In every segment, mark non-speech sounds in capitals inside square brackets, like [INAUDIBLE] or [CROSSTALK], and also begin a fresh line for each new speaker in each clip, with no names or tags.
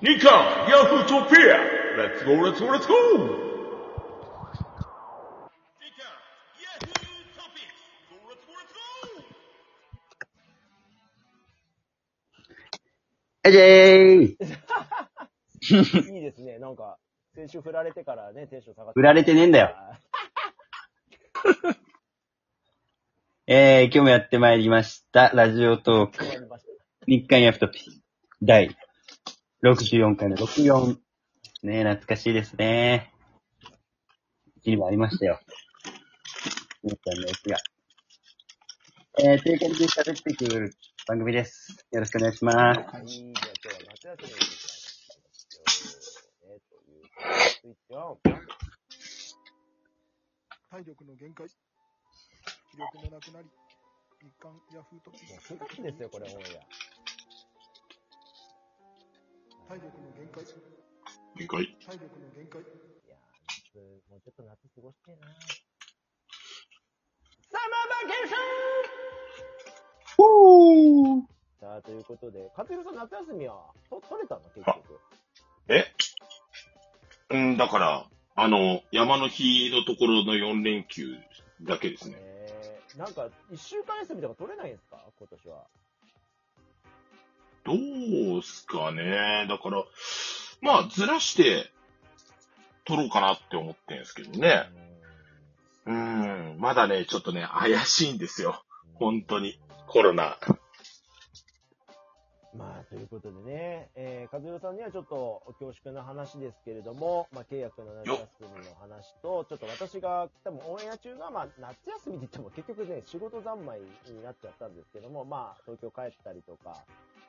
ニカヤフートピアレッツゴーレッツゴーレッツゴー
えじぇー
いいですね。なんか、先週振られてからね、テンション下がって。
振られてねえんだよ。
あ
えー、今日もやってまいりました。ラジオトー
ー。
ク、
終わりまし
日刊ヤフトピ、第64回の64。ねえ、懐かしいですね。一にもありましたよ。みっちゃんのやつが。えー、という感じで喋っていく番組です。よろしくお願いします。
た。はい。じゃあ今日は夏休みに行きましょう。えーということで、スイッチ
体力の限界、気力もなくなり、日刊ヤフーと
オン。もう9月ですよ、これ、オンエ
体力の限界、
限
体
界。
力の限界、
ア。いやー、夏もうちょっと夏過ごしてえなサマーバケーションさあ、ということで、勝弘さん夏休みは、と取れたの結局。
うん、だから、あの、山の日のところの4連休だけですね。
えー、なんか、1週間休みとか取れないんですか今年は。
どうすかね。だから、まあ、ずらして、撮ろうかなって思ってんですけどね。うん、まだね、ちょっとね、怪しいんですよ。
うん
本当に。コロナ。
まあ、ということでね、えー、和代さんにはちょっと恐縮な話ですけれども、まあ、契約の夏休みの話と、ちょっと私が多分オンエア中が、まあ、夏休みって言っても結局ね、仕事三昧になっちゃったんですけども、まあ、東京帰ったりとか、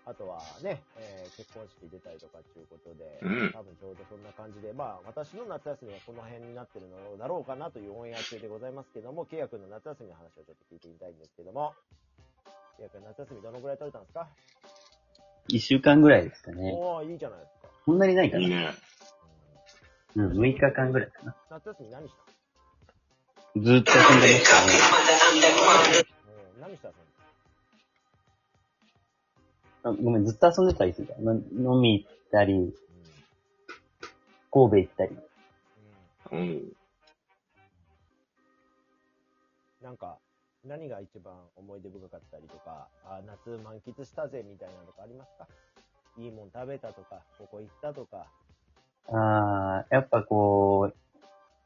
あとはね、えー結婚式出たりとかっていうことで、
うん
多分ちょうどそんな感じで、まあ、私の夏休みはこの辺になってるのだろうかなというオンエア中でございますけども、契約の夏休みの話をちょっと聞いてみたいんですけども、契約の夏休みどのぐらい取れたんですか
一週間ぐらいですかね。
おーいいじゃないですか。
そんなにないか
いい
な。
ね。
うん、6日間ぐらいかな。
夏休み何した
ずーっと遊んでましたね。
うん、何したんですか
あごめん、ずっと遊んでたりするから。飲飲み行ったり、神戸行ったり。
うん。
うん、なんか、何が一番思い出深かったりとか、あー夏満喫したぜみたいなのとかありますかいいもん食べたとか、ここ行ったとか。
ああ、やっぱこう、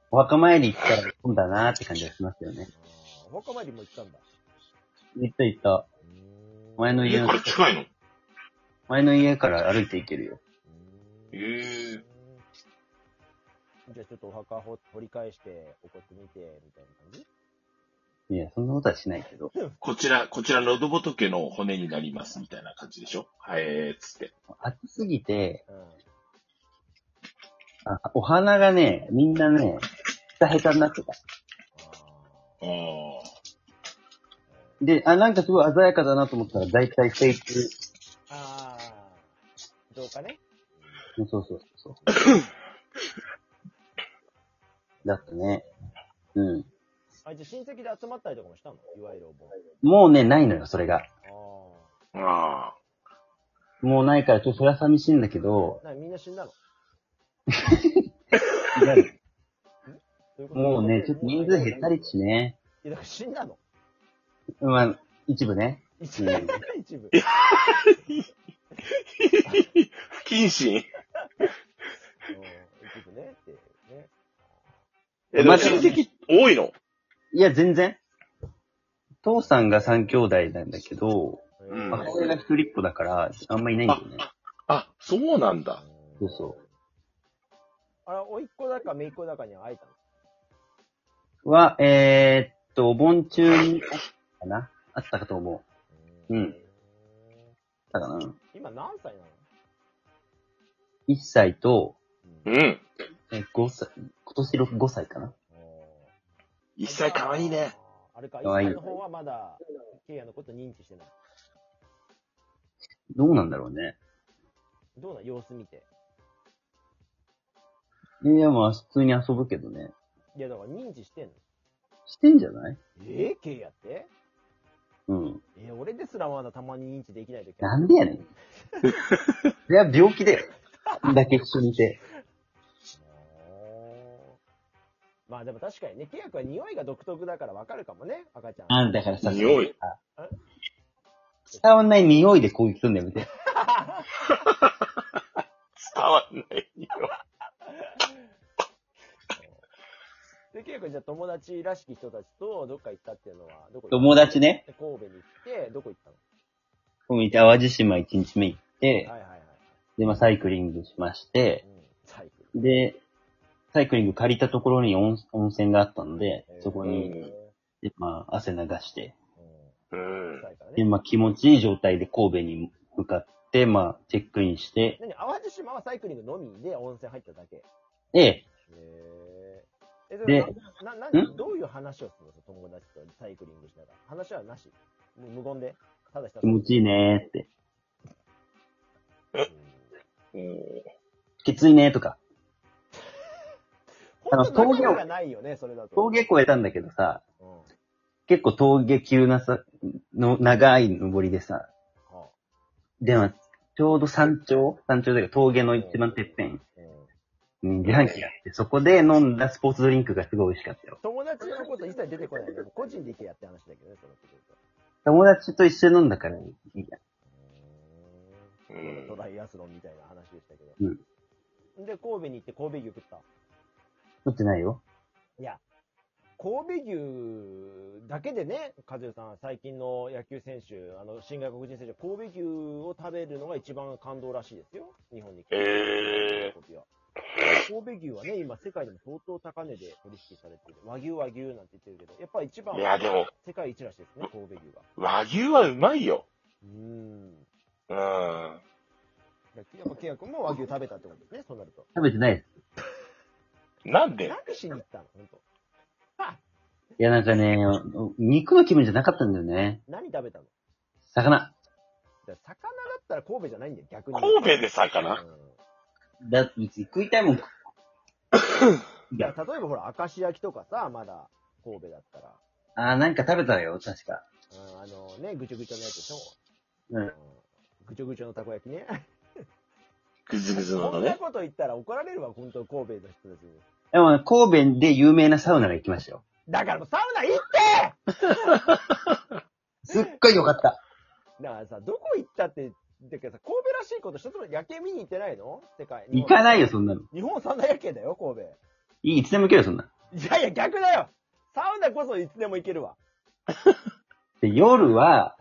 お墓参り行ったら混んだなーって感じがしますよね
あ。ーお墓参りも行ったんだ。
行った行った。
う
お前
ん
の
家
家
から近いの
お前の家から歩いて行けるよ。
うん
へえ
じゃあちょっとお墓掘掘り返して、怒ってみて、みたいな感じ
いや、そんなことはしないけど。
こちら、こちら、喉仏の骨になります、みたいな感じでしょはい、えー、つって。
暑すぎて、
うん。
あお花がね、みんなね、下手下手になってた。
あ
ああ。
で、あ、なんかすごい鮮やかだなと思ったら、だいたいフェイク。
ーあー。どうかね
そうそうそうそう。だったね。うん。
あ、じゃあ親戚で集まったりとかもしたのいわゆるお盆。
もうね、ないのよ、それが。
ああ。
あ
もうないから、ちょっとそれは寂しいんだけど、
なみんな死んだの
いや
どいうこと
もうね、ちょっと人数減ったりし。ね。
いや、だから死んだの
まあ、一部ね。
一部
うん
[LAUGHS] 一部。
あ。不謹慎。
うん一部ねってね。
え、でも親戚多いの
いや、全然。父さんが三兄弟なんだけど、
うん
母親が一人っ子だから、あんまいないんだよね。
あ、そうなんだ。
そうそう
あれ、甥っ子だか姪っ子だかには会えたの
は、えー、っと、お盆中に、かなあったかと思う。うん
うん
あったかな
今何歳なの
?1 歳と、
う
うん
ん。
え、5歳、今年6 5歳かな
一切可愛いね。。
あれか、一
可愛い
歳の方はまだ、ケイヤのこと認知してない。
どうなんだろうね。
どうなん様子見て。
いや、まあ、普通に遊ぶけどね。
いや、だから認知してんの。
してんじゃない
えー、ケイヤって
うん。
えー、
[LAUGHS]
俺ですらまだたまに認知できない時あ
な
る
んでやねん。いや、病気だよ。こんだけ一緒にいて。
まあでも確かにね、契約は匂いが独特だからわかるかもね、赤ちゃん。
あんだからさ、
匂い
あ伝わんない匂いで攻撃すんだよ、見て。
伝わんないよ。
で、契約じゃあ友達らしき人たちとどっか行ったっていうのは、どこ行っ
友達ね。
た神戸に行って、どこ行ったの
こう淡路島一日目行って、
はいはいはい。
で、まあ、サイクリングしまして、
うん、サイクル。
で、サイクリング借りたところに温温泉があったので、そこ
へ
に、
ー
でまあ、汗流して、
う
うん
ん。。臭いから
で、
ね。
まあ、気持ちいい状態で神戸に向かって、まあ、チェックインして、
何淡路島はサイクリングのみで温泉入っただけ。へ
で、
え。え、で
で
も、な、な、
ん
どういう話をするの友達とサイクリングしながら。話はなし。もう無言で。ただひたす
気
ら
持ちいいねーって、
うん
きついねーとか、あの
本当に仲がないよね、それだと。
峠越えたんだけどさ、
うん。は
結構峠急なさ、の、長い登りでさ、
あ
でも、ちょうど山頂山頂だけど峠の一番てっぺん
う
に
ん
自販機があって、そこで飲んだスポーツドリンクがすごい美味しかったよ。
友達のこと一切出てこないで、もう個人で行けやって話だけどね、そのってくると。
友達と一緒に飲んだからいいや。
うーん。ドライアスロンみたいな話でしたけど。で、神戸に行って神戸牛食った。
撮ってないよ。
いや、神戸牛だけでね、和代さん、最近の野球選手、あの、新外国人選手、神戸牛を食べるのが一番感動らしいですよ。日本に来て。
へ
神戸は神戸牛はね、今世界でも相当高値で取引されている。和牛和牛なんて言ってるけど、やっぱ一番
いや、でも、
世界一らしいですね、神戸牛が。
和牛はうまいよ。
うーん。
うん。
やっぱ、ケイ君も和牛食べたってことですね、そうなると。
食べてないです。
なんで
何しに行ったの本当。
いや、なんかね、お肉の気分じゃなかったんだよね。
何食べたの
魚。
だから魚だったら神戸じゃないんだよ、逆に。
神戸で魚
うん
だって別に食いたいもん。い
いや、
や
例えばほら、明石焼きとかさ、まだ神戸だったら。
あーなんか食べたよ、確か。
うん、あのね、ぐちょぐちょのやつでしょ。
うん
ん。ぐちょぐちょのたこ焼きね。
ぐずぐずな
そ
の
んな
ね。
こと言ったら怒られるわ、本当神戸の人たちに。
でも、神戸で有名なサウナが行きましたよ。
だからもうサウナ行って
すっごい良かった。
だからさ、どこ行ったって、だけどさ、神戸らしいこと一つも夜景見に行ってないの世界。
行かないよ、
日
そんなの。
本日本三大夜景だよ、神戸。
いい、いつでも行けるよ、そんなの。
いやいや、逆だよサウナこそいつでも行けるわ。
で、夜は、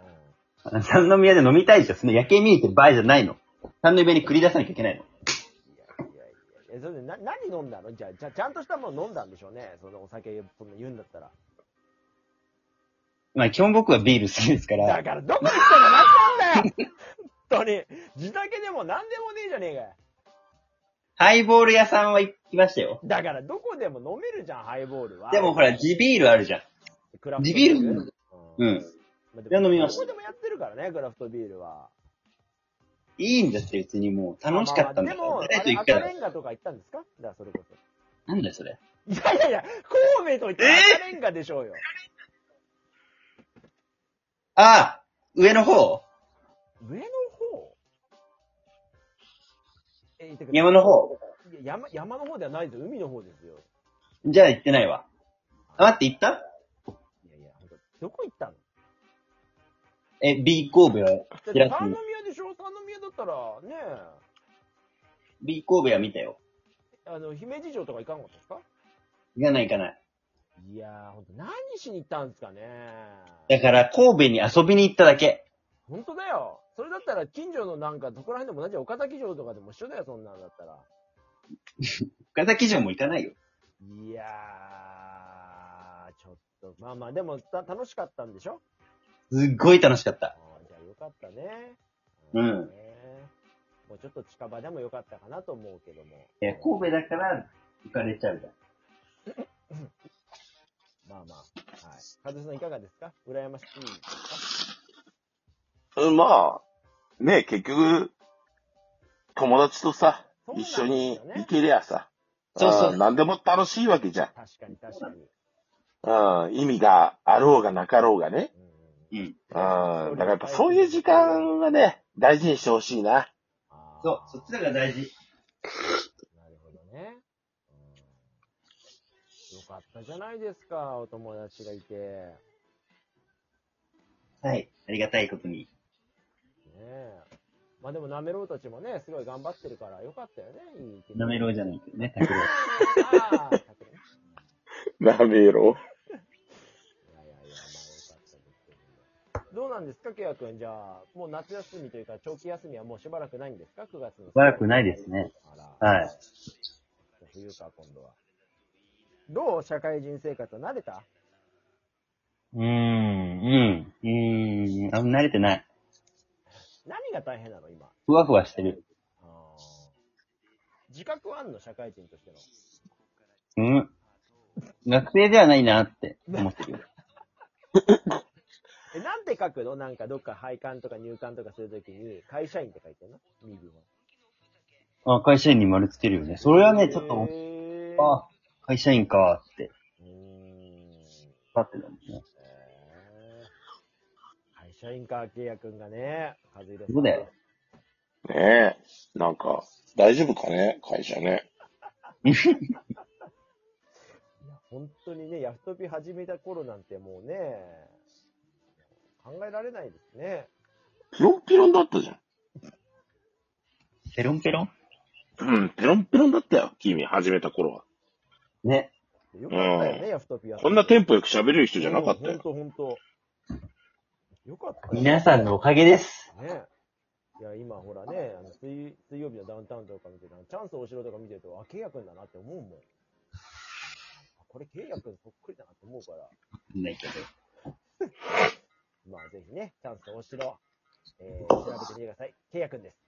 あの三宮で飲みたいじゃん。その夜景見に行ってる場合じゃないの。三宮に繰り出さなきゃいけないの。
いやいやいやいや、それでな何飲んだのじゃあじゃあ、ちゃんとしたもの飲んだんでしょうね。そのお酒、そんな言うんだったら。
まあ、基本僕はビール好きですから
だ。から、どこ行ったの何なんだよ本当に。地酒でも何でもねえじゃねえかよ。
ハイボール屋さんは行きましたよ。
だから、どこでも飲めるじゃん、ハイボールは。
でもほら、地ビールあるじゃん。
クラフト
地ビール
ル
う。
うんまあ
いや飲みました
どこでもやってるからね、クラフトビールは。
いいんだって別にもう楽しかったんだか
まあま
ら
あ。
誰と
でも、
行
あ
く
れ
か
赤
ら
レ。ンガとか行ったんですかだからそれこそ。
なんだよそれ。
いやいやいや、神戸と言ったら赤レンガでしょうよ。
ああ上の方
上の方えーてか
山の方
いや山、山の方ではないですよ。海の方ですよ。
じゃあ行ってないわ。あ、待って行った
いやいや、ほんとどこ行ったの
え、B 神戸は
だっ
知ら
て
ず
三
に
宮でしょ三宮だったら、ね
B 神戸は見たよ。
え、あの、姫路城とか行かんかったですか
行かない行かない。
いやー、ほんと何しに行ったんですかね
だから神戸に遊びに行っただけ。
ほんとだよ。それだったら、近所のなんか、どこら辺でも同じ岡崎城とかでも一緒だよ、そんなんだったら。
岡崎城も行かないよ。
いやー、ちょっと、まあまあ、でも、た楽しかったんでしょ
すっごい楽しかっ
あ
た。
ーじゃあよかったね。
うん
ねもうちょっと近場でもよかったかなと思うけども。
いや、神戸だから行かれちゃうじゃん。
まあまあ。はい。和ズさんいかがですか羨ましいですか
うん、まあ、ね、結局、友達とさ、
そうなん
一
ですよ
緒
ね
に行けりゃさ、
そうそう
うん何でも楽しいわけじゃ
確かに確かに。
ん。うん、意味があろうがなかろうがね。
うんうんうん
うん。
うん、だからやっぱそういう時間はね、大事にしてほしいな。
あー
そう、そっちだから大事。
かったじゃないですか、お友達がいて。ね
はい。ありがたいことに。
え。まあでも、なめろうたちもね、すごい頑張ってるから、よかったよね、いい経験
なめろうじゃないけどね、拓郎。 [LAUGHS]
ああ、拓郎ね
なめろ。
いやいやいや、まあよかったですけどどうなんですか、ケア君。じゃあ、もう夏休みというか、長期休みはもうしばらくないんですか ?9 月の。し
ばらくないですね。
あら。
はい。
冬か、今度は。どう社会人生活は慣れた
うーん、うん、うーん、あんま慣れてない。
何が大変なの、今。
ふわふわしてる。
あー自覚はあんの社会人としての。
うん。学生ではないなって思ってるよ。
え、なんて書くのなんかどっか配管とか入管とかするときに、会社員って書いてるの身分は。
あ、会社員に丸つけるよね。それはね、ちょっと、
へー
あ、会社員かーって、
うーん。
パってたもんね。
へー会社員か、ケイヤ君がね。和弘さん
そうだよ。
ねえ。なんか、大丈夫かね会社ね。
いや本当にね、ヤフトピ始めた頃なんてもうね、考えられないですね。
ピロンピロンだったじゃん。
ペロンペロン
うん、ペロンペロンだったよ。君、始めた頃は。
ね。
よかったよ
う
ね、ヤフトピは。
こんなテンポよく喋れる人じゃなかったよ。
ほんとほんと。よかったよ
皆さんのおかげです。
ね。いや、今ほらね、あの水水曜日のダウンタウンとか見てるチャンス大城とか見てると、あ、ケイヤ君だなって思うもん。あこれケイヤ君そっくりだなって思うから、
ない
[LAUGHS]
けど。
まあぜひね、チャンス大城、えー、調べてみてください。ケイヤ君です。